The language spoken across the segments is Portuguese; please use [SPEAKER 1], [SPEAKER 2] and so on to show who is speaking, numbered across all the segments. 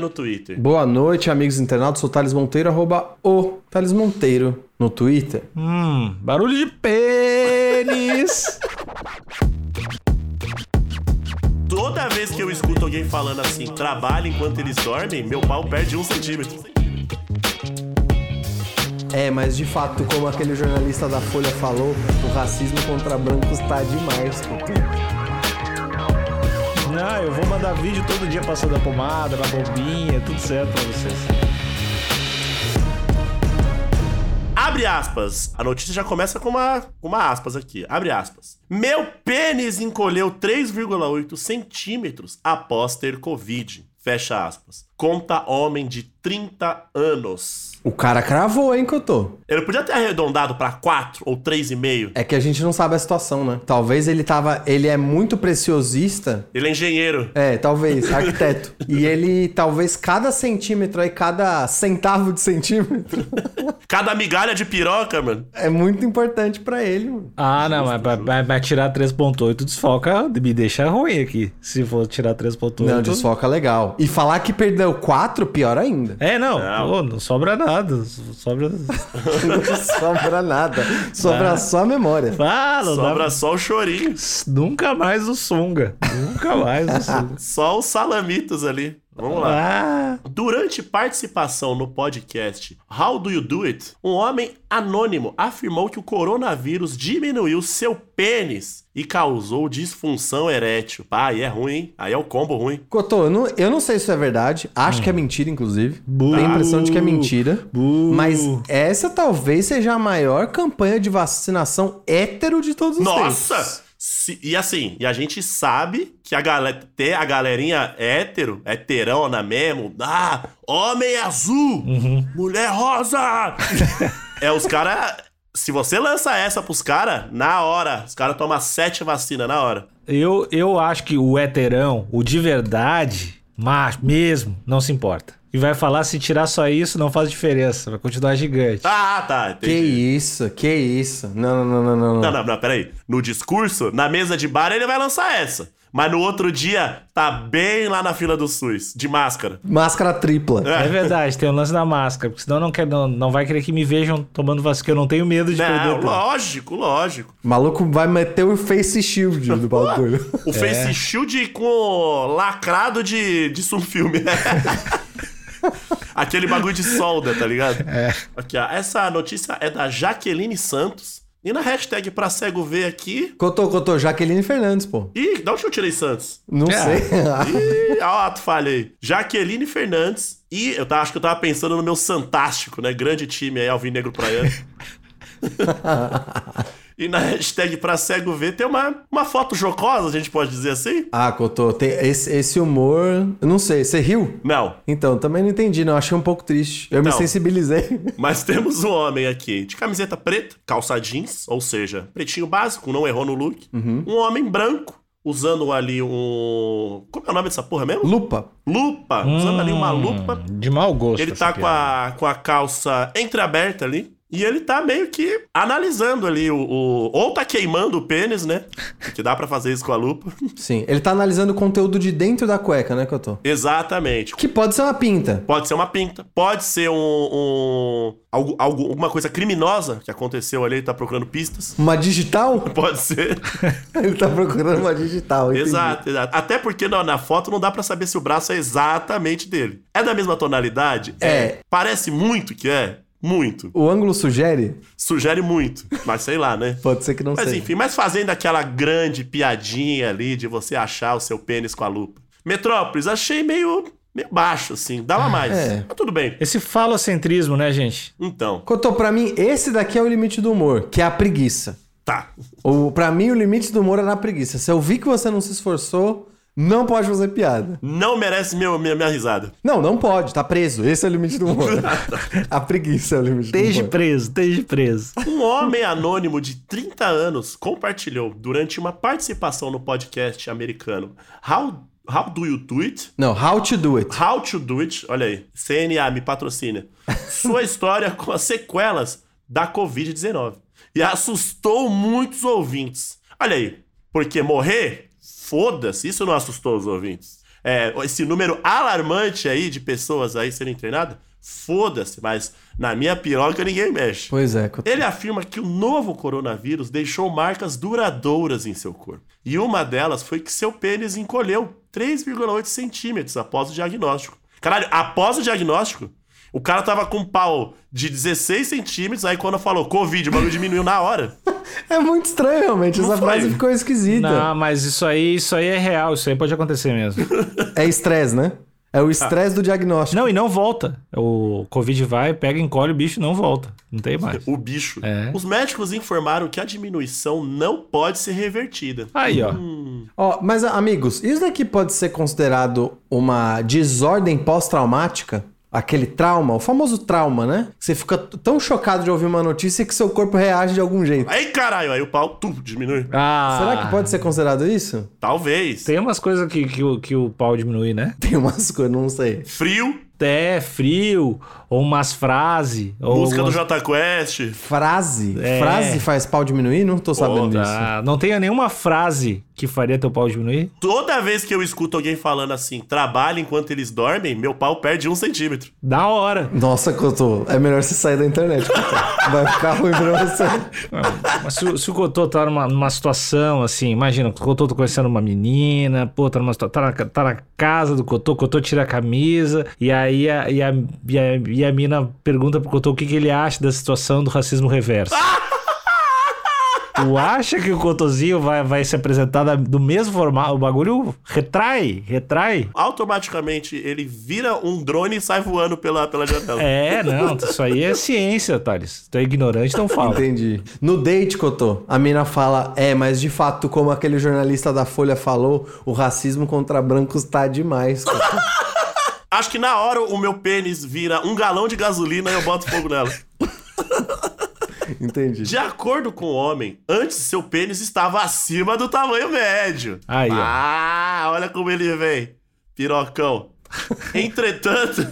[SPEAKER 1] no Twitter.
[SPEAKER 2] Boa noite, amigos internautas. Sou Thales Monteiro, arroba o Thales Monteiro no Twitter.
[SPEAKER 3] Hum, barulho de pênis!
[SPEAKER 1] Toda vez que eu escuto alguém falando assim, trabalha enquanto eles dormem, meu pau perde um centímetro.
[SPEAKER 2] É, mas de fato, como aquele jornalista da Folha falou, o racismo contra brancos tá demais, Cotô.
[SPEAKER 3] Não, eu vou mandar vídeo todo dia passando a pomada, na bombinha, tudo certo pra vocês.
[SPEAKER 1] Abre aspas. A notícia já começa com uma, com uma aspas aqui. Abre aspas. Meu pênis encolheu 3,8 centímetros após ter Covid. Fecha aspas. Conta homem de 30 anos.
[SPEAKER 2] O cara cravou, hein, Cotô?
[SPEAKER 1] Ele podia ter arredondado pra 4 ou 3,5.
[SPEAKER 2] É que a gente não sabe a situação, né? Talvez ele tava. Ele é muito preciosista.
[SPEAKER 1] Ele é engenheiro.
[SPEAKER 2] É, talvez, arquiteto. E ele, talvez, cada centímetro aí, cada centavo de centímetro,
[SPEAKER 1] Cada migalha de piroca, mano.
[SPEAKER 2] é muito importante pra ele. mano.
[SPEAKER 3] Ah, não, mas pra, pra- pra tirar 3.8 desfoca, me deixa ruim aqui. Se for tirar 3.8.
[SPEAKER 2] Não, desfoca legal. E falar que perdeu quatro, pior ainda.
[SPEAKER 3] É, não.
[SPEAKER 1] Não.
[SPEAKER 3] Pô, não sobra nada. Sobra.
[SPEAKER 2] Não sobra nada. Sobra
[SPEAKER 3] Né?
[SPEAKER 2] só a memória.
[SPEAKER 3] Ah, não dá
[SPEAKER 1] Sobra só o chorinho.
[SPEAKER 3] Nunca mais o sunga. Nunca mais o sunga.
[SPEAKER 1] Só os salamitos ali. Vamos
[SPEAKER 3] Ah,
[SPEAKER 1] lá. Durante participação no podcast How Do You Do It, um homem anônimo afirmou que o coronavírus diminuiu seu pênis e causou disfunção erétil. Pá, aí é ruim, hein? Aí é o combo ruim.
[SPEAKER 2] Cotô, eu não, eu não sei se isso é verdade. Acho que é mentira, inclusive.
[SPEAKER 3] Bu.
[SPEAKER 2] Tenho a impressão de que é mentira.
[SPEAKER 3] bu.
[SPEAKER 2] Mas essa talvez seja a maior campanha de vacinação hétero de todos os tempos.
[SPEAKER 1] Nossa! Se- e assim, e a gente sabe que a galera, ter a galerinha hétero, heterona mesmo, ah, homem azul,
[SPEAKER 2] Uhum.
[SPEAKER 1] mulher rosa. é os cara, se você lança essa pros cara, na hora, os cara toma sete vacinas na hora.
[SPEAKER 3] eu, eu acho que o heterão, o de verdade, macho mesmo, não se importa. E vai falar se tirar só isso não faz diferença. Vai continuar gigante.
[SPEAKER 1] Ah, tá,
[SPEAKER 2] Que
[SPEAKER 1] entendi.
[SPEAKER 2] isso, que isso. Não, não, não, não, não.
[SPEAKER 1] Não, não, não, peraí. No discurso, na mesa de bar, ele vai lançar essa. Mas no outro dia, tá bem lá na fila do SUS, de máscara.
[SPEAKER 2] Máscara tripla.
[SPEAKER 3] É verdade, tem o lance da máscara, porque senão não, quer, não, não vai querer que me vejam tomando vacina, que eu não tenho medo
[SPEAKER 2] Tipo,
[SPEAKER 3] de
[SPEAKER 1] Não,
[SPEAKER 3] perder. tempo.
[SPEAKER 1] lógico, lógico.
[SPEAKER 2] O maluco vai meter o face shield no bagulho.
[SPEAKER 1] O Face Shield com lacrado de, de sunfilme. Aquele bagulho de solda, tá ligado? É. Aqui, ó. Essa notícia é da Jaqueline Santos. E na hashtag pra cego ver aqui.
[SPEAKER 2] Cotô, Cotô, Jaqueline Fernandes, pô.
[SPEAKER 1] Ih, de onde eu tirei Santos?
[SPEAKER 2] Não
[SPEAKER 3] É.
[SPEAKER 2] sei.
[SPEAKER 1] Ih, ó, ato falhei. Jaqueline Fernandes. E eu tava, acho que eu tava pensando no meu Santástico, né? Grande time aí, Alvinegro Praiano. e na hashtag pra cego ver tem uma, uma foto jocosa, a gente pode dizer assim?
[SPEAKER 2] ah, Cotô, tem esse, esse humor. eu Não sei, você riu?
[SPEAKER 1] Não,
[SPEAKER 2] Então, também não entendi, não. Achei um pouco triste. Eu me
[SPEAKER 1] Não.
[SPEAKER 2] sensibilizei.
[SPEAKER 1] Mas temos um homem aqui de camiseta preta, calça jeans, ou seja, pretinho básico, não errou no look. Um homem branco, usando ali um. Como é o nome dessa porra mesmo?
[SPEAKER 2] Lupa.
[SPEAKER 1] Lupa! Usando ali uma lupa.
[SPEAKER 3] De mau gosto.
[SPEAKER 1] Ele
[SPEAKER 3] essa
[SPEAKER 1] tá com a, com a calça entreaberta ali. E ele tá meio que analisando ali o, o- Ou tá queimando o pênis, né? Que dá pra fazer isso com a lupa.
[SPEAKER 2] Sim. Ele tá analisando o conteúdo de dentro da cueca, né, que eu tô?
[SPEAKER 1] Exatamente.
[SPEAKER 2] Que pode ser uma pinta.
[SPEAKER 1] Pode ser uma pinta, pode ser um. um algo, algo- alguma coisa criminosa que aconteceu ali, ele tá procurando pistas.
[SPEAKER 2] Uma digital?
[SPEAKER 1] Pode ser.
[SPEAKER 2] Ele tá procurando uma digital. entendi.
[SPEAKER 1] exato, exato. Até porque na, na foto não dá pra saber se o braço é exatamente dele. É da mesma tonalidade?
[SPEAKER 2] É.
[SPEAKER 1] Parece muito que é? Muito.
[SPEAKER 2] O ângulo sugere?
[SPEAKER 1] Sugere muito. Mas sei lá, né?
[SPEAKER 2] Pode ser que não
[SPEAKER 1] Mas
[SPEAKER 2] seja.
[SPEAKER 1] enfim, mas fazendo aquela grande piadinha ali de você achar o seu pênis com a lupa. Metrópolis, achei meio, meio baixo, assim. Dava mais.
[SPEAKER 2] É.
[SPEAKER 1] Mas tudo bem.
[SPEAKER 3] Esse falocentrismo, né, gente?
[SPEAKER 1] Então,
[SPEAKER 2] Cotô, pra mim, esse daqui é o limite do humor, que é a preguiça.
[SPEAKER 1] tá.
[SPEAKER 2] O, pra mim, o limite do humor é na preguiça. Se eu vi que você não se esforçou, Não pode fazer piada.
[SPEAKER 1] Não merece meu, minha, minha risada.
[SPEAKER 2] Não, não pode, tá preso. Esse é o limite do humor. a preguiça é o limite do
[SPEAKER 3] Desde
[SPEAKER 2] humor.
[SPEAKER 3] preso, desde preso.
[SPEAKER 1] Um homem anônimo de 30 anos compartilhou durante uma participação no podcast americano How, How Do You Do It?
[SPEAKER 2] Não, how to do it.
[SPEAKER 1] How to Do It, olha aí, CNA me patrocina. Sua história com as sequelas da Covid-19. E assustou muitos ouvintes. Olha aí, porque morrer, foda-se, isso não assustou os ouvintes. É, esse número alarmante aí de pessoas aí sendo internadas, foda-se, mas na minha piroca ninguém mexe.
[SPEAKER 2] Pois é, Cotô.
[SPEAKER 1] Ele afirma que o novo coronavírus deixou marcas duradouras em seu corpo. E uma delas foi que seu pênis encolheu 3,8 centímetros após o diagnóstico. Caralho, após o diagnóstico? O cara tava com um pau de 16 centímetros, aí quando falou Covid, o bagulho diminuiu na hora.
[SPEAKER 2] É muito estranho, realmente.
[SPEAKER 1] Não
[SPEAKER 2] Essa
[SPEAKER 1] foi.
[SPEAKER 2] frase ficou esquisita.
[SPEAKER 3] Não, mas isso aí, isso aí é real, isso aí pode acontecer mesmo.
[SPEAKER 2] É estresse, né? É o estresse do diagnóstico.
[SPEAKER 3] Não, e não volta. O Covid vai, pega, encolhe o bicho e não volta. Não tem mais.
[SPEAKER 1] O bicho.
[SPEAKER 3] É.
[SPEAKER 1] Os médicos informaram que a diminuição não pode ser revertida.
[SPEAKER 3] Aí, ó.
[SPEAKER 2] Hum. Ó, mas a- amigos, isso daqui pode ser considerado uma desordem pós-traumática? Aquele trauma, o famoso trauma, né? Você fica t- tão chocado de ouvir uma notícia que seu corpo reage de algum jeito.
[SPEAKER 1] Aí, caralho, aí o pau tum, diminui.
[SPEAKER 3] Ah,
[SPEAKER 2] Será que pode ser considerado isso?
[SPEAKER 1] Talvez.
[SPEAKER 3] Tem umas coisas que, que, o- que o pau diminui, né?
[SPEAKER 2] Tem umas coisas, não sei.
[SPEAKER 1] Frio,
[SPEAKER 3] É, frio, ou umas frases. Ou
[SPEAKER 1] música do
[SPEAKER 3] umas...
[SPEAKER 1] Jota Quest.
[SPEAKER 2] Frase?
[SPEAKER 3] É.
[SPEAKER 2] Frase faz pau diminuir? Não tô sabendo
[SPEAKER 1] Pô,
[SPEAKER 2] disso.
[SPEAKER 3] Ah, não tenha nenhuma frase que faria teu pau diminuir?
[SPEAKER 1] Toda vez que eu escuto alguém falando assim, trabalha enquanto eles dormem, meu pau perde um centímetro.
[SPEAKER 3] Da hora.
[SPEAKER 2] Nossa, Cotô, é melhor você sair da internet. Cotô. Vai ficar ruim pra você.
[SPEAKER 3] Mas se, o- se o Cotô tá numa, numa situação assim, imagina, o Cotô tá conhecendo uma menina, pô, tá, numa, situa- tá, na, ca- tá na casa do Cotô, o Cotô tira a camisa, e aí a, e a, e a, e a mina pergunta pro Cotô o que, que ele acha da situação do racismo reverso. Tu acha que o Cotozinho vai, vai se apresentar da- do mesmo formato? O bagulho retrai, retrai.
[SPEAKER 1] Automaticamente ele vira um drone e sai voando pela, pela janela.
[SPEAKER 3] É, não, isso aí é ciência, Thales. Tu é ignorante, não fala.
[SPEAKER 2] Entendi. No date, Cotô, a mina fala: É, mas de fato, como aquele jornalista da Folha falou, o racismo contra brancos tá demais. Cotô."
[SPEAKER 1] Acho que na hora o meu pênis vira um galão de gasolina e eu boto fogo nela.
[SPEAKER 2] Entendi.
[SPEAKER 1] De acordo com o homem, antes seu pênis estava acima do tamanho médio.
[SPEAKER 3] Aí, ó.
[SPEAKER 1] ah, olha como ele vem. Pirocão. Entretanto,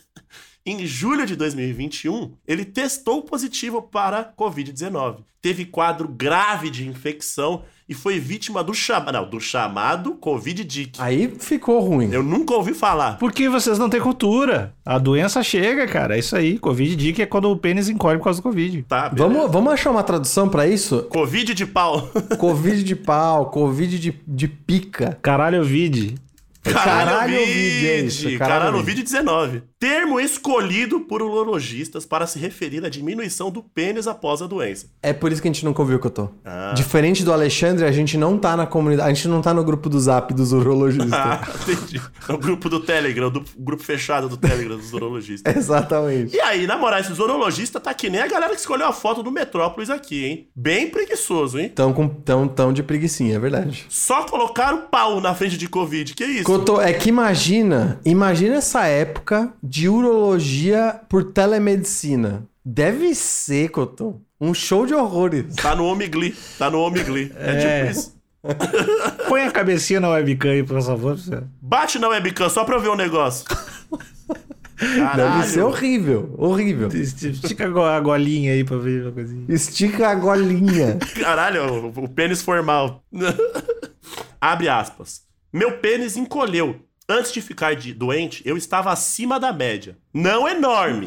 [SPEAKER 1] em julho de 2021, ele testou positivo para Covid-19. Teve quadro grave de infecção e foi vítima do, chama... não, do chamado Covid-Dick.
[SPEAKER 2] Aí ficou ruim.
[SPEAKER 1] Eu nunca ouvi falar.
[SPEAKER 3] Porque vocês não têm cultura. A doença chega, cara. É isso aí. Covid dica é quando o pênis encolhe por causa do Covid.
[SPEAKER 1] Tá, beleza.
[SPEAKER 2] Vamos, vamos achar uma tradução pra isso?
[SPEAKER 1] Covid de pau.
[SPEAKER 2] Covid de pau, Covid de, de pica.
[SPEAKER 3] Caralho, Ovid.
[SPEAKER 2] Caralho, Ovid, é isso,
[SPEAKER 1] Ovid.
[SPEAKER 2] caralho,
[SPEAKER 1] Caralho,
[SPEAKER 2] Ovid.
[SPEAKER 1] vídeo 19. Termo escolhido por urologistas para se referir à diminuição do pênis após a doença.
[SPEAKER 2] É por isso que a gente nunca ouviu o Cotô. Diferente do Alexandre, a gente não tá na comunidade, a gente não tá no grupo do zap dos urologistas.
[SPEAKER 1] Ah, entendi. É o grupo do Telegram, do o grupo fechado do Telegram dos urologistas.
[SPEAKER 2] Exatamente.
[SPEAKER 1] E aí, na moral, esses urologistas tá que nem a galera que escolheu a foto do Metrópolis aqui, hein? Bem preguiçoso, hein?
[SPEAKER 2] Tão, com, tão, tão de preguicinha, é verdade.
[SPEAKER 1] Só colocaram pau na frente de Covid, que isso?
[SPEAKER 2] Cotô, é que imagina, imagina essa época de urologia por telemedicina. Deve ser, Cotô, um show de horrores.
[SPEAKER 1] Tá no Omigli, tá no Omigli. É, tipo isso.
[SPEAKER 3] Põe a cabecinha na webcam aí, por favor. pra você.
[SPEAKER 1] Bate na webcam só pra eu ver um negócio.
[SPEAKER 2] Deve ser horrível, horrível.
[SPEAKER 3] Estica a go- a golinha aí pra ver uma coisinha.
[SPEAKER 2] Estica a golinha.
[SPEAKER 1] Caralho, o, o pênis formal. Abre aspas. Meu pênis encolheu. Antes de ficar de- doente, eu estava acima da média. Não enorme,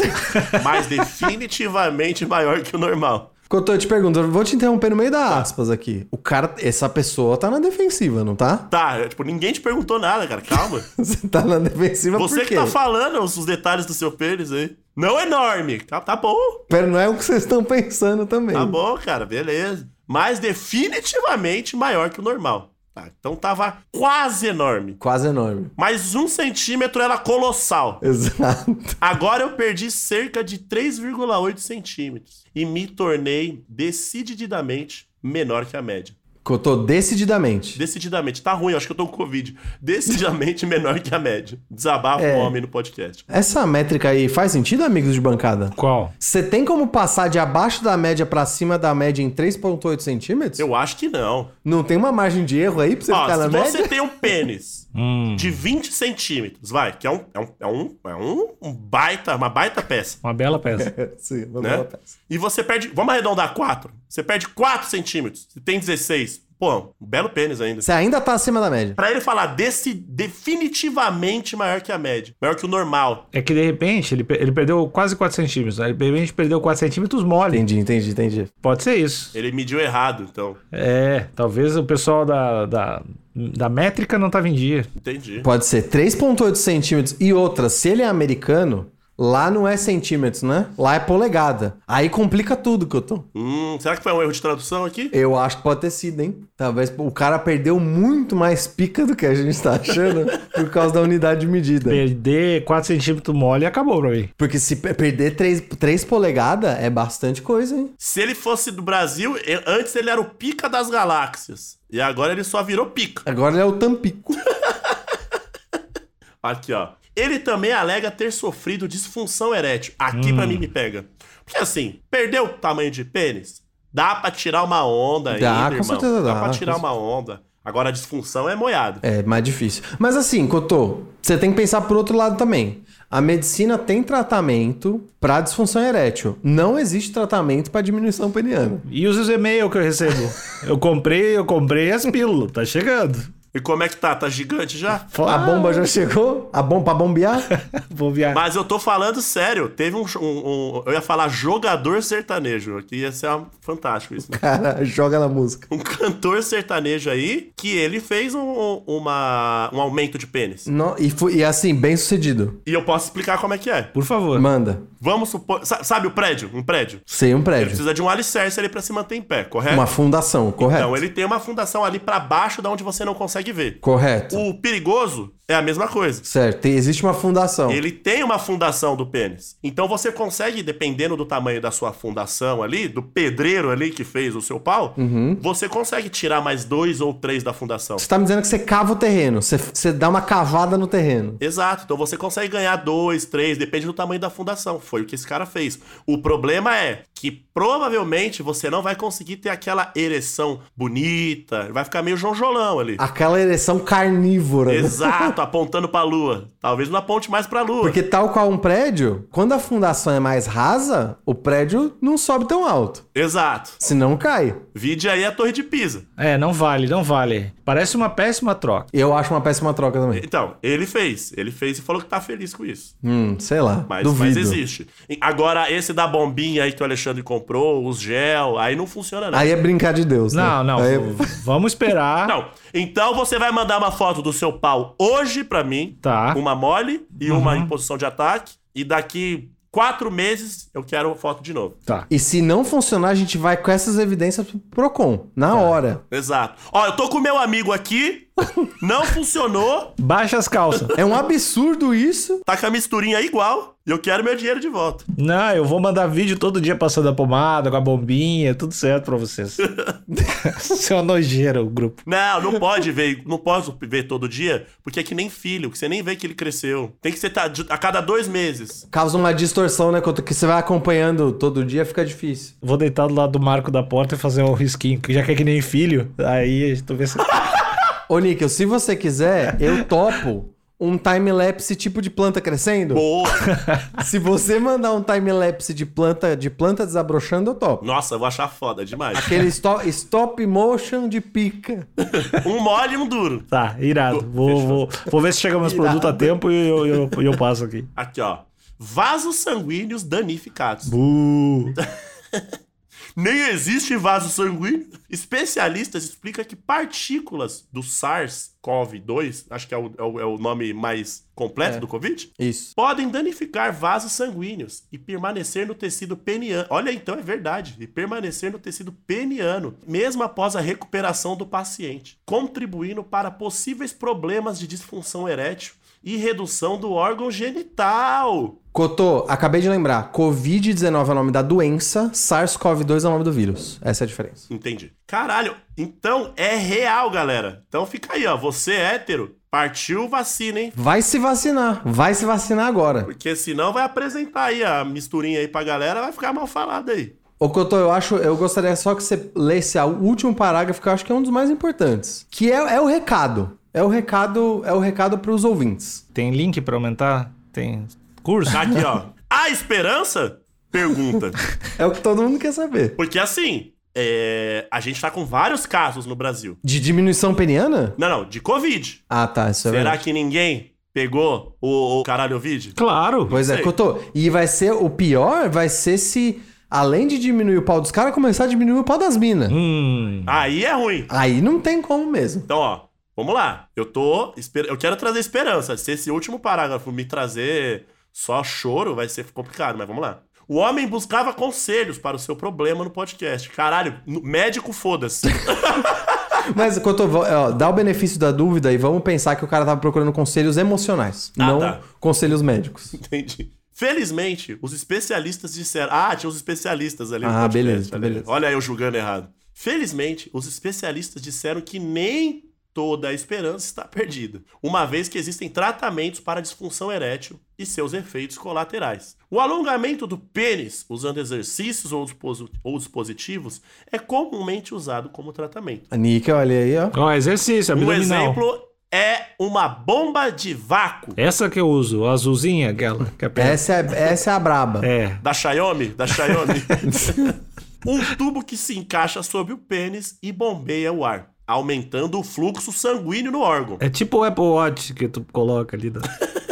[SPEAKER 1] mas definitivamente maior que o normal.
[SPEAKER 2] Cotô, eu te pergunto, eu vou te interromper no meio da aspas aqui. O cara, essa pessoa tá na defensiva, não tá?
[SPEAKER 1] Tá, é, tipo, ninguém te perguntou nada, cara. Calma.
[SPEAKER 2] Você tá na defensiva
[SPEAKER 1] Você
[SPEAKER 2] por
[SPEAKER 1] que
[SPEAKER 2] quê?
[SPEAKER 1] tá falando os os detalhes do seu pênis aí. Não enorme. Tá, tá bom,
[SPEAKER 2] Pera, não é o que vocês estão pensando também.
[SPEAKER 1] tá bom, cara. Beleza. Mas definitivamente maior que o normal. Tá, então tava quase enorme.
[SPEAKER 2] Quase enorme.
[SPEAKER 1] Mas um centímetro era colossal.
[SPEAKER 2] Exato.
[SPEAKER 1] Agora eu perdi cerca de 3,8 centímetros e me tornei decididamente menor que a média.
[SPEAKER 2] Que eu tô decididamente.
[SPEAKER 1] Decididamente, tá ruim, eu acho que eu tô com Covid. Decididamente menor que a média. Desabafa
[SPEAKER 2] É.
[SPEAKER 1] o homem no podcast.
[SPEAKER 2] Essa métrica aí faz sentido, amigos de bancada?
[SPEAKER 3] Qual?
[SPEAKER 2] Você tem como passar de abaixo da média pra cima da média em 3,8 centímetros?
[SPEAKER 1] Eu acho que não.
[SPEAKER 2] Não tem uma margem de erro aí pra você
[SPEAKER 1] Ó,
[SPEAKER 2] ficar na
[SPEAKER 1] se
[SPEAKER 2] média?
[SPEAKER 1] você tem um pênis de 20 centímetros, vai, que é um, é um, é um, é um- um baita, uma baita peça,
[SPEAKER 3] Uma bela peça.
[SPEAKER 2] Sim, uma
[SPEAKER 1] né?
[SPEAKER 2] boa peça.
[SPEAKER 1] E você perde, vamos arredondar 4. Você perde 4 centímetros, você tem 16. Pô, um belo pênis ainda.
[SPEAKER 2] Você ainda tá acima da média.
[SPEAKER 1] Pra ele falar desse definitivamente maior que a média, maior que o normal.
[SPEAKER 3] É que de repente ele, pe- ele perdeu quase 4 centímetros. Né? De repente perdeu 4 centímetros mole.
[SPEAKER 2] Entendi, entendi, entendi.
[SPEAKER 3] Pode ser isso.
[SPEAKER 1] Ele mediu errado, então.
[SPEAKER 3] É, talvez o pessoal da, da, da métrica não tava em dia.
[SPEAKER 1] Entendi.
[SPEAKER 2] Pode ser 3,8 centímetros e outra, se ele é americano, lá não é centímetros, né? Lá é polegada. Aí complica tudo que eu tô.
[SPEAKER 1] Hum, será que foi um erro de tradução aqui?
[SPEAKER 2] Eu acho que pode ter sido, hein? Talvez o cara perdeu muito mais pica do que a gente tá achando por causa da unidade de medida.
[SPEAKER 3] Perder 4 centímetros mole acabou pra mim.
[SPEAKER 2] Porque se pe- perder 3, três polegadas é bastante coisa, hein?
[SPEAKER 1] Se ele fosse do Brasil, e- antes ele era o pica das galáxias. E agora ele só virou pica.
[SPEAKER 2] Agora ele é o tampico.
[SPEAKER 1] Aqui, ó. Ele também alega ter sofrido disfunção erétil. Aqui
[SPEAKER 2] Hum.
[SPEAKER 1] pra mim me pega. Porque assim, perdeu o tamanho de pênis? Dá pra tirar uma onda ainda,
[SPEAKER 2] Dá, com
[SPEAKER 1] irmão.
[SPEAKER 2] certeza dá,
[SPEAKER 1] pra
[SPEAKER 2] com
[SPEAKER 1] tirar uma onda. Agora a disfunção é moiada.
[SPEAKER 2] É mais difícil. Mas assim, Cotô, você tem que pensar por outro lado também. A medicina tem tratamento pra disfunção erétil. Não existe tratamento pra diminuição peniana.
[SPEAKER 3] E os e-mails que eu recebo? Eu comprei, eu comprei as pílulas, tá chegando.
[SPEAKER 1] E como é que tá? Tá gigante já?
[SPEAKER 2] A bomba já chegou? A bomba pra bombear?
[SPEAKER 3] Vou viajar.
[SPEAKER 1] Mas eu tô falando sério. Teve um, um- um- Eu ia falar jogador sertanejo. Aqui ia ser um- fantástico isso. Né?
[SPEAKER 2] Cara, joga na música.
[SPEAKER 1] Um cantor sertanejo aí que ele fez um, um- uma, um aumento de pênis.
[SPEAKER 2] No- e, foi- e assim, bem sucedido.
[SPEAKER 1] E eu posso explicar como é que é.
[SPEAKER 3] Por favor.
[SPEAKER 2] Manda.
[SPEAKER 1] Vamos supor. sa- Sabe o prédio? Um prédio?
[SPEAKER 2] Sem um
[SPEAKER 1] Ele
[SPEAKER 2] prédio.
[SPEAKER 1] precisa de um alicerce ali pra se manter em pé, correto?
[SPEAKER 2] Uma fundação, correto?
[SPEAKER 1] Então, ele tem uma fundação ali pra baixo da onde você não consegue ver.
[SPEAKER 2] Correto.
[SPEAKER 1] O perigoso é a mesma coisa.
[SPEAKER 2] Certo, tem- existe uma fundação.
[SPEAKER 1] Ele tem uma fundação do pênis. Então você consegue, dependendo do tamanho da sua fundação ali, do pedreiro ali que fez o seu pau,
[SPEAKER 2] Uhum.
[SPEAKER 1] você consegue tirar mais dois ou três da fundação.
[SPEAKER 2] Você tá me dizendo que você cava o terreno, você, você dá uma cavada no terreno.
[SPEAKER 1] Exato, então você consegue ganhar dois, três, depende do tamanho da fundação. Foi o que esse cara fez. O problema é que provavelmente você não vai conseguir ter aquela ereção bonita, vai ficar meio jonjolão ali.
[SPEAKER 2] Aquela ereção carnívora. Ah, né?
[SPEAKER 1] Exato, apontando pra lua. Talvez não aponte mais pra lua.
[SPEAKER 2] Porque tal qual um prédio, quando a fundação é mais rasa, o prédio não sobe tão alto.
[SPEAKER 1] Exato.
[SPEAKER 2] Senão cai.
[SPEAKER 1] Vide aí a Torre de Pisa.
[SPEAKER 3] É, não vale, não vale. Parece uma péssima troca.
[SPEAKER 2] Eu acho uma péssima troca também.
[SPEAKER 1] Então, ele fez. Ele fez e falou que tá feliz com isso.
[SPEAKER 2] Hum, sei lá.
[SPEAKER 1] Mas, mas
[SPEAKER 2] duvido.
[SPEAKER 1] existe. né? E Agora, esse da bombinha aí que o Alexandre comprou, os gel, aí não funciona, não.
[SPEAKER 2] Aí é brincar de Deus. né?
[SPEAKER 3] Não, não.
[SPEAKER 2] Aí é-
[SPEAKER 3] v- Vamos esperar.
[SPEAKER 1] Não. Então você vai mandar uma foto do seu pau hoje pra mim.
[SPEAKER 3] Tá.
[SPEAKER 2] Ah.
[SPEAKER 1] Uma mole e
[SPEAKER 2] Uhum.
[SPEAKER 1] uma em posição de ataque. E daqui quatro meses eu quero foto de novo.
[SPEAKER 3] Tá.
[SPEAKER 2] E se não funcionar, a gente vai com essas evidências pro Procon,
[SPEAKER 3] É.
[SPEAKER 2] na hora.
[SPEAKER 1] Exato. Ó, eu tô com meu amigo aqui. não funcionou.
[SPEAKER 3] Baixa as calças.
[SPEAKER 2] É um absurdo isso.
[SPEAKER 1] Tá com a misturinha igual. E eu quero meu dinheiro de volta.
[SPEAKER 3] Não, eu vou mandar vídeo todo dia passando a pomada, com a bombinha, tudo certo pra vocês. Isso é uma nojeira, o grupo.
[SPEAKER 1] Não, não pode ver, não posso ver todo dia, porque é que nem filho, que você nem vê que ele cresceu. Tem que ser ta- de- a cada dois meses.
[SPEAKER 2] Causa uma distorção, né? Quanto que você vai acompanhando todo dia, fica difícil.
[SPEAKER 3] Vou deitar do lado do marco da porta e fazer um risquinho, que já que é que nem filho. Aí tu vê se.
[SPEAKER 2] Ô, Níquel, se você quiser, eu topo um time-lapse tipo de planta crescendo.
[SPEAKER 1] Boa!
[SPEAKER 2] Se você mandar um time-lapse de planta, de planta desabrochando, eu topo.
[SPEAKER 1] Nossa, eu vou achar foda demais.
[SPEAKER 2] Aquele sto- stop motion de pica.
[SPEAKER 1] Um mole e um duro.
[SPEAKER 3] Tá, irado. Vou, vou, vou ver se chega meus produtos a tempo e eu, eu, eu passo aqui.
[SPEAKER 1] Aqui, ó. Vasos sanguíneos danificados.
[SPEAKER 3] Bu.
[SPEAKER 1] Nem existe vaso sanguíneo. Especialistas explicam que partículas do SARS-CoV-2, acho que é o, é o- é o nome mais completo do Covid,
[SPEAKER 2] Isso.
[SPEAKER 1] podem danificar vasos sanguíneos e permanecer no tecido peniano. Olha, então é verdade. E permanecer no tecido peniano, mesmo após a recuperação do paciente, contribuindo para possíveis problemas de disfunção erétil. e redução do órgão genital.
[SPEAKER 2] Cotô, acabei de lembrar. Covid-19 é o nome da doença, SARS-CoV-2 é o nome do vírus. Essa é a diferença.
[SPEAKER 1] Entendi. Caralho, então é real, galera. Então fica aí, ó. Você é hétero, partiu vacina, hein?
[SPEAKER 2] Vai se vacinar. Vai se vacinar agora.
[SPEAKER 1] Porque senão vai apresentar aí a misturinha aí pra galera, vai ficar mal falado aí.
[SPEAKER 2] Ô, Cotô, eu acho, eu gostaria só que você lesse a- o último parágrafo, que eu acho que é um dos mais importantes. Que é, é o recado. É o recado, é o recado pros ouvintes.
[SPEAKER 3] Tem link pra aumentar? Tem curso?
[SPEAKER 1] Tá aqui, ó. A esperança? Pergunta.
[SPEAKER 2] É o que todo mundo quer saber.
[SPEAKER 1] Porque assim, é, a gente tá com vários casos no Brasil.
[SPEAKER 2] De diminuição peniana?
[SPEAKER 1] Não, não, de Covid.
[SPEAKER 2] Ah, tá. Isso é
[SPEAKER 1] Será
[SPEAKER 2] verdade.
[SPEAKER 1] que ninguém pegou o, o caralho vídeo?
[SPEAKER 3] Claro.
[SPEAKER 2] Pois é,
[SPEAKER 1] sei.
[SPEAKER 2] Cotô. E vai ser o pior, vai ser se, além de diminuir o pau dos caras, começar a diminuir o pau das minas.
[SPEAKER 3] Hum.
[SPEAKER 1] Aí é ruim.
[SPEAKER 2] Aí não tem como mesmo.
[SPEAKER 1] Então, ó, vamos lá. Eu tô. esper- Eu quero trazer esperança. Se esse último parágrafo me trazer só choro, vai ser complicado, mas vamos lá. O homem buscava conselhos para o seu problema no podcast. Caralho, no- médico foda-se.
[SPEAKER 2] Mas, Cotô, va- ó, dá o benefício da dúvida e vamos pensar que o cara tava procurando conselhos emocionais,
[SPEAKER 1] Ah,
[SPEAKER 2] não
[SPEAKER 1] tá.
[SPEAKER 2] conselhos médicos.
[SPEAKER 1] Entendi. Felizmente, os especialistas disseram. Ah, tinha os especialistas ali. no
[SPEAKER 2] Ah,
[SPEAKER 1] podcast,
[SPEAKER 2] beleza,
[SPEAKER 1] tá
[SPEAKER 2] beleza.
[SPEAKER 1] Olha eu julgando errado. Felizmente, os especialistas disseram que nem toda a esperança está perdida, uma vez que existem tratamentos para a disfunção erétil e seus efeitos colaterais. O alongamento do pênis usando exercícios ou disposi- ou dispositivos é comumente usado como tratamento.
[SPEAKER 2] A Nica, olha aí, ó.
[SPEAKER 3] Ó, exercício,
[SPEAKER 1] Um
[SPEAKER 3] abdominal.
[SPEAKER 1] exemplo é uma bomba de vácuo
[SPEAKER 3] Essa que eu uso, a azulzinha, aquela. Que aperta.
[SPEAKER 2] Essa é, essa é a braba.
[SPEAKER 3] É.
[SPEAKER 1] Da Xiaomi? Da Xiaomi. um tubo que se encaixa sob o pênis e bombeia o ar, aumentando o fluxo sanguíneo no órgão.
[SPEAKER 3] É tipo o Apple Watch que tu coloca ali. da-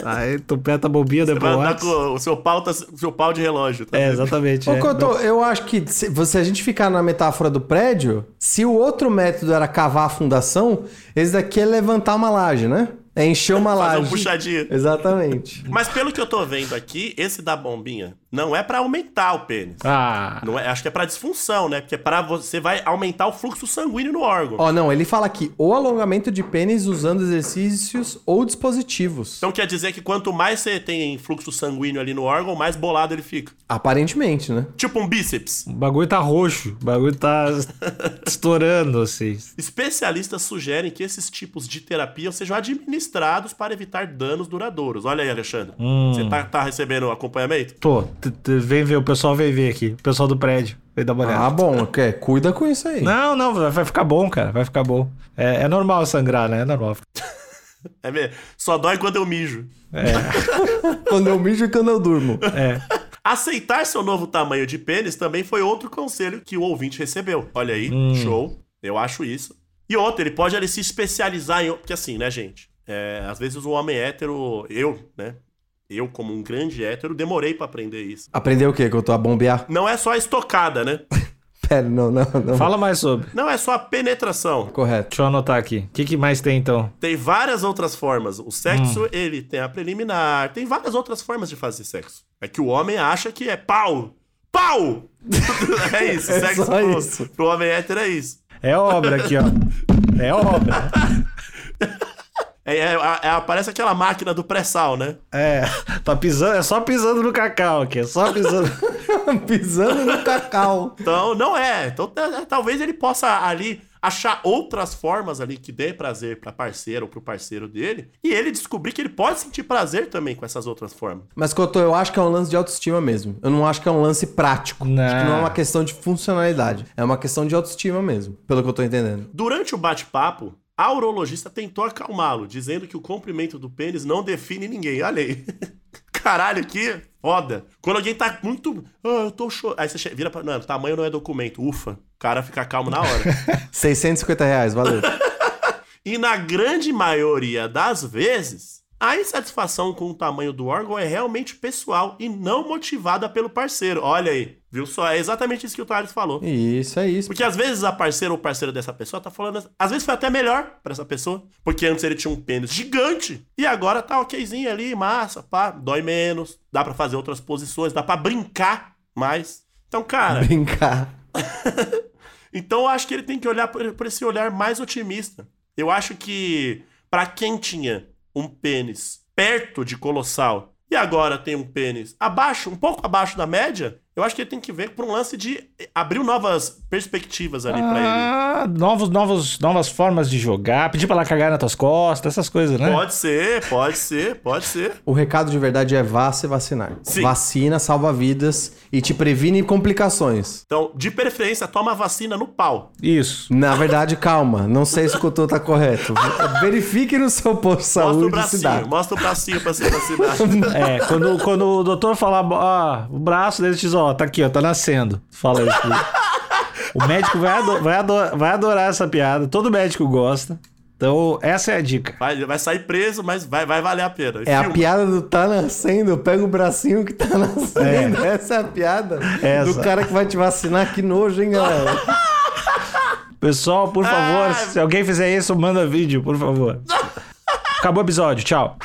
[SPEAKER 3] Aí tu aperta a bobinha do
[SPEAKER 1] Você
[SPEAKER 3] Apple
[SPEAKER 1] vai andar
[SPEAKER 3] Watch.
[SPEAKER 1] com o seu pau, tá- o seu pau de relógio. tá?
[SPEAKER 3] É, exatamente.
[SPEAKER 2] Ô,
[SPEAKER 3] é.
[SPEAKER 2] Cotô, eu acho que se, se a gente ficar na metáfora do prédio, se o outro método era cavar a fundação, esse daqui é levantar uma laje, né? É encher uma
[SPEAKER 1] Fazer
[SPEAKER 2] laje.
[SPEAKER 1] um puxadinho.
[SPEAKER 2] Exatamente.
[SPEAKER 1] Mas pelo que eu tô vendo aqui, esse da bombinha não é pra aumentar o pênis.
[SPEAKER 3] Ah,
[SPEAKER 1] Não é- acho que é pra disfunção, né? Porque é para você vai aumentar o fluxo sanguíneo no órgão.
[SPEAKER 2] Ó, não, ele fala aqui, ou alongamento de pênis usando exercícios ou dispositivos.
[SPEAKER 1] Então quer dizer que quanto mais você tem fluxo sanguíneo ali no órgão, mais bolado ele fica.
[SPEAKER 2] Aparentemente, né?
[SPEAKER 1] Tipo um bíceps.
[SPEAKER 3] o bagulho tá roxo. O bagulho tá estourando, assim.
[SPEAKER 1] Especialistas sugerem que esses tipos de terapia sejam administrados para evitar danos duradouros. Olha aí, Alexandre. Você tá, tá recebendo acompanhamento?
[SPEAKER 3] Pô, t- t- vem ver, o pessoal vem ver aqui. O pessoal do prédio. Vem dar uma olhada.
[SPEAKER 2] Ah, bom, ok. cuida com isso aí.
[SPEAKER 3] Não, não, vai vai ficar bom, cara. Vai ficar bom. É, é normal sangrar, né? É normal.
[SPEAKER 1] É mesmo? Só dói quando eu mijo.
[SPEAKER 2] Quando eu mijo e quando eu durmo.
[SPEAKER 3] É.
[SPEAKER 1] Aceitar seu novo tamanho de pênis também foi outro conselho que o ouvinte recebeu. Olha aí, show. Eu acho isso. E outro, ele pode ele se especializar em. Porque assim, né, gente? É, às vezes o homem hétero, eu, né? Eu, como um grande hétero, demorei pra aprender isso.
[SPEAKER 2] Aprender o quê? Que eu tô a bombear?
[SPEAKER 1] Não é só a estocada, né?
[SPEAKER 2] Pera, não, não, não.
[SPEAKER 3] Fala mais sobre.
[SPEAKER 1] Não é só a penetração.
[SPEAKER 2] Correto.
[SPEAKER 3] Deixa eu anotar aqui. O que, que mais tem, então?
[SPEAKER 1] Tem várias outras formas. O sexo,
[SPEAKER 2] Hum.
[SPEAKER 1] ele tem a preliminar, tem várias outras formas de fazer sexo. É que o homem acha que é pau! Pau! é isso,
[SPEAKER 2] É
[SPEAKER 1] sexo
[SPEAKER 2] só
[SPEAKER 1] pro,
[SPEAKER 2] isso.
[SPEAKER 1] pro homem hétero é isso.
[SPEAKER 3] É obra aqui, ó. É obra.
[SPEAKER 1] É, é- é- é- parece aquela máquina do pré-sal, né?
[SPEAKER 3] É, tá pisando, é só pisando no cacau aqui, é só pisando.
[SPEAKER 2] Pisando no cacau.
[SPEAKER 1] Então, não é. Então, tá- talvez ele possa ali achar outras formas ali que dê prazer pra parceira ou pro parceiro dele. E ele descobrir que ele pode sentir prazer também com essas outras formas.
[SPEAKER 2] Mas, Cotô, eu acho que é um lance de autoestima mesmo. Eu não acho que é um lance prático.
[SPEAKER 3] Não.
[SPEAKER 2] Acho que não é uma questão de funcionalidade. É uma questão de autoestima mesmo, pelo que eu tô entendendo.
[SPEAKER 1] Durante o bate-papo, a urologista tentou acalmá-lo, dizendo que o comprimento do pênis não define ninguém. Olha aí. Caralho, que foda. Quando alguém tá muito. Ah, eu tô chorando. Aí você che- vira pra. Não, tamanho não é documento. Ufa. O cara fica calmo na hora.
[SPEAKER 2] 650 reais, valeu.
[SPEAKER 1] e na grande maioria das vezes, a insatisfação com o tamanho do órgão é realmente pessoal e não motivada pelo parceiro. Olha aí. Viu só? É exatamente isso que o Thales falou.
[SPEAKER 2] Isso, é isso.
[SPEAKER 1] Porque às vezes a parceira ou parceiro dessa pessoa tá falando. Às vezes foi até melhor pra essa pessoa. Porque antes ele tinha um pênis gigante. E agora tá okzinho ali, massa, pá. Dói menos. Dá pra fazer outras posições. Dá pra brincar mais. Então, cara.
[SPEAKER 2] Brincar.
[SPEAKER 1] então eu acho que ele tem que olhar por, por esse olhar mais otimista. Eu acho que pra quem tinha um pênis perto de colossal e agora tem um pênis abaixo, um pouco abaixo da média, eu acho que ele tem que ver por um lance de abrir novas perspectivas ali pra ele.
[SPEAKER 3] Ah, novos, novos, novas formas de jogar, pedir pra ela cagar nas tuas costas, essas coisas,
[SPEAKER 2] É?
[SPEAKER 3] né?
[SPEAKER 1] Pode ser, pode ser, pode ser.
[SPEAKER 2] O recado de verdade é vá se vacinar.
[SPEAKER 1] Sim.
[SPEAKER 2] Vacina salva vidas e te previne complicações.
[SPEAKER 1] Então, de preferência, toma a vacina no pau.
[SPEAKER 3] Isso.
[SPEAKER 2] Na verdade, calma, não sei se o que eu tô tá correto. Verifique no seu posto de
[SPEAKER 1] Mostra o
[SPEAKER 2] saúde se dá.
[SPEAKER 1] bracinho, mostra o bracinho pra ser vacinado.
[SPEAKER 3] É, quando, quando o doutor falar, ah, o braço dele diz, ó, tá aqui, ó, tá nascendo. Fala isso. pro- O médico vai, ado- vai, ado- vai adorar essa piada, todo médico gosta. Então, essa é a dica.
[SPEAKER 1] Vai, vai sair preso, mas vai, vai valer a pena.
[SPEAKER 2] É a
[SPEAKER 1] Filma.
[SPEAKER 2] piada do tá nascendo, pega o bracinho que
[SPEAKER 1] É.
[SPEAKER 2] tá nascendo. Essa é a piada
[SPEAKER 3] Essa.
[SPEAKER 2] do cara que vai te vacinar. Que nojo, hein, galera?
[SPEAKER 3] Pessoal, por favor,
[SPEAKER 1] Ah!
[SPEAKER 3] se alguém fizer isso, manda vídeo, por favor. Acabou o episódio, tchau.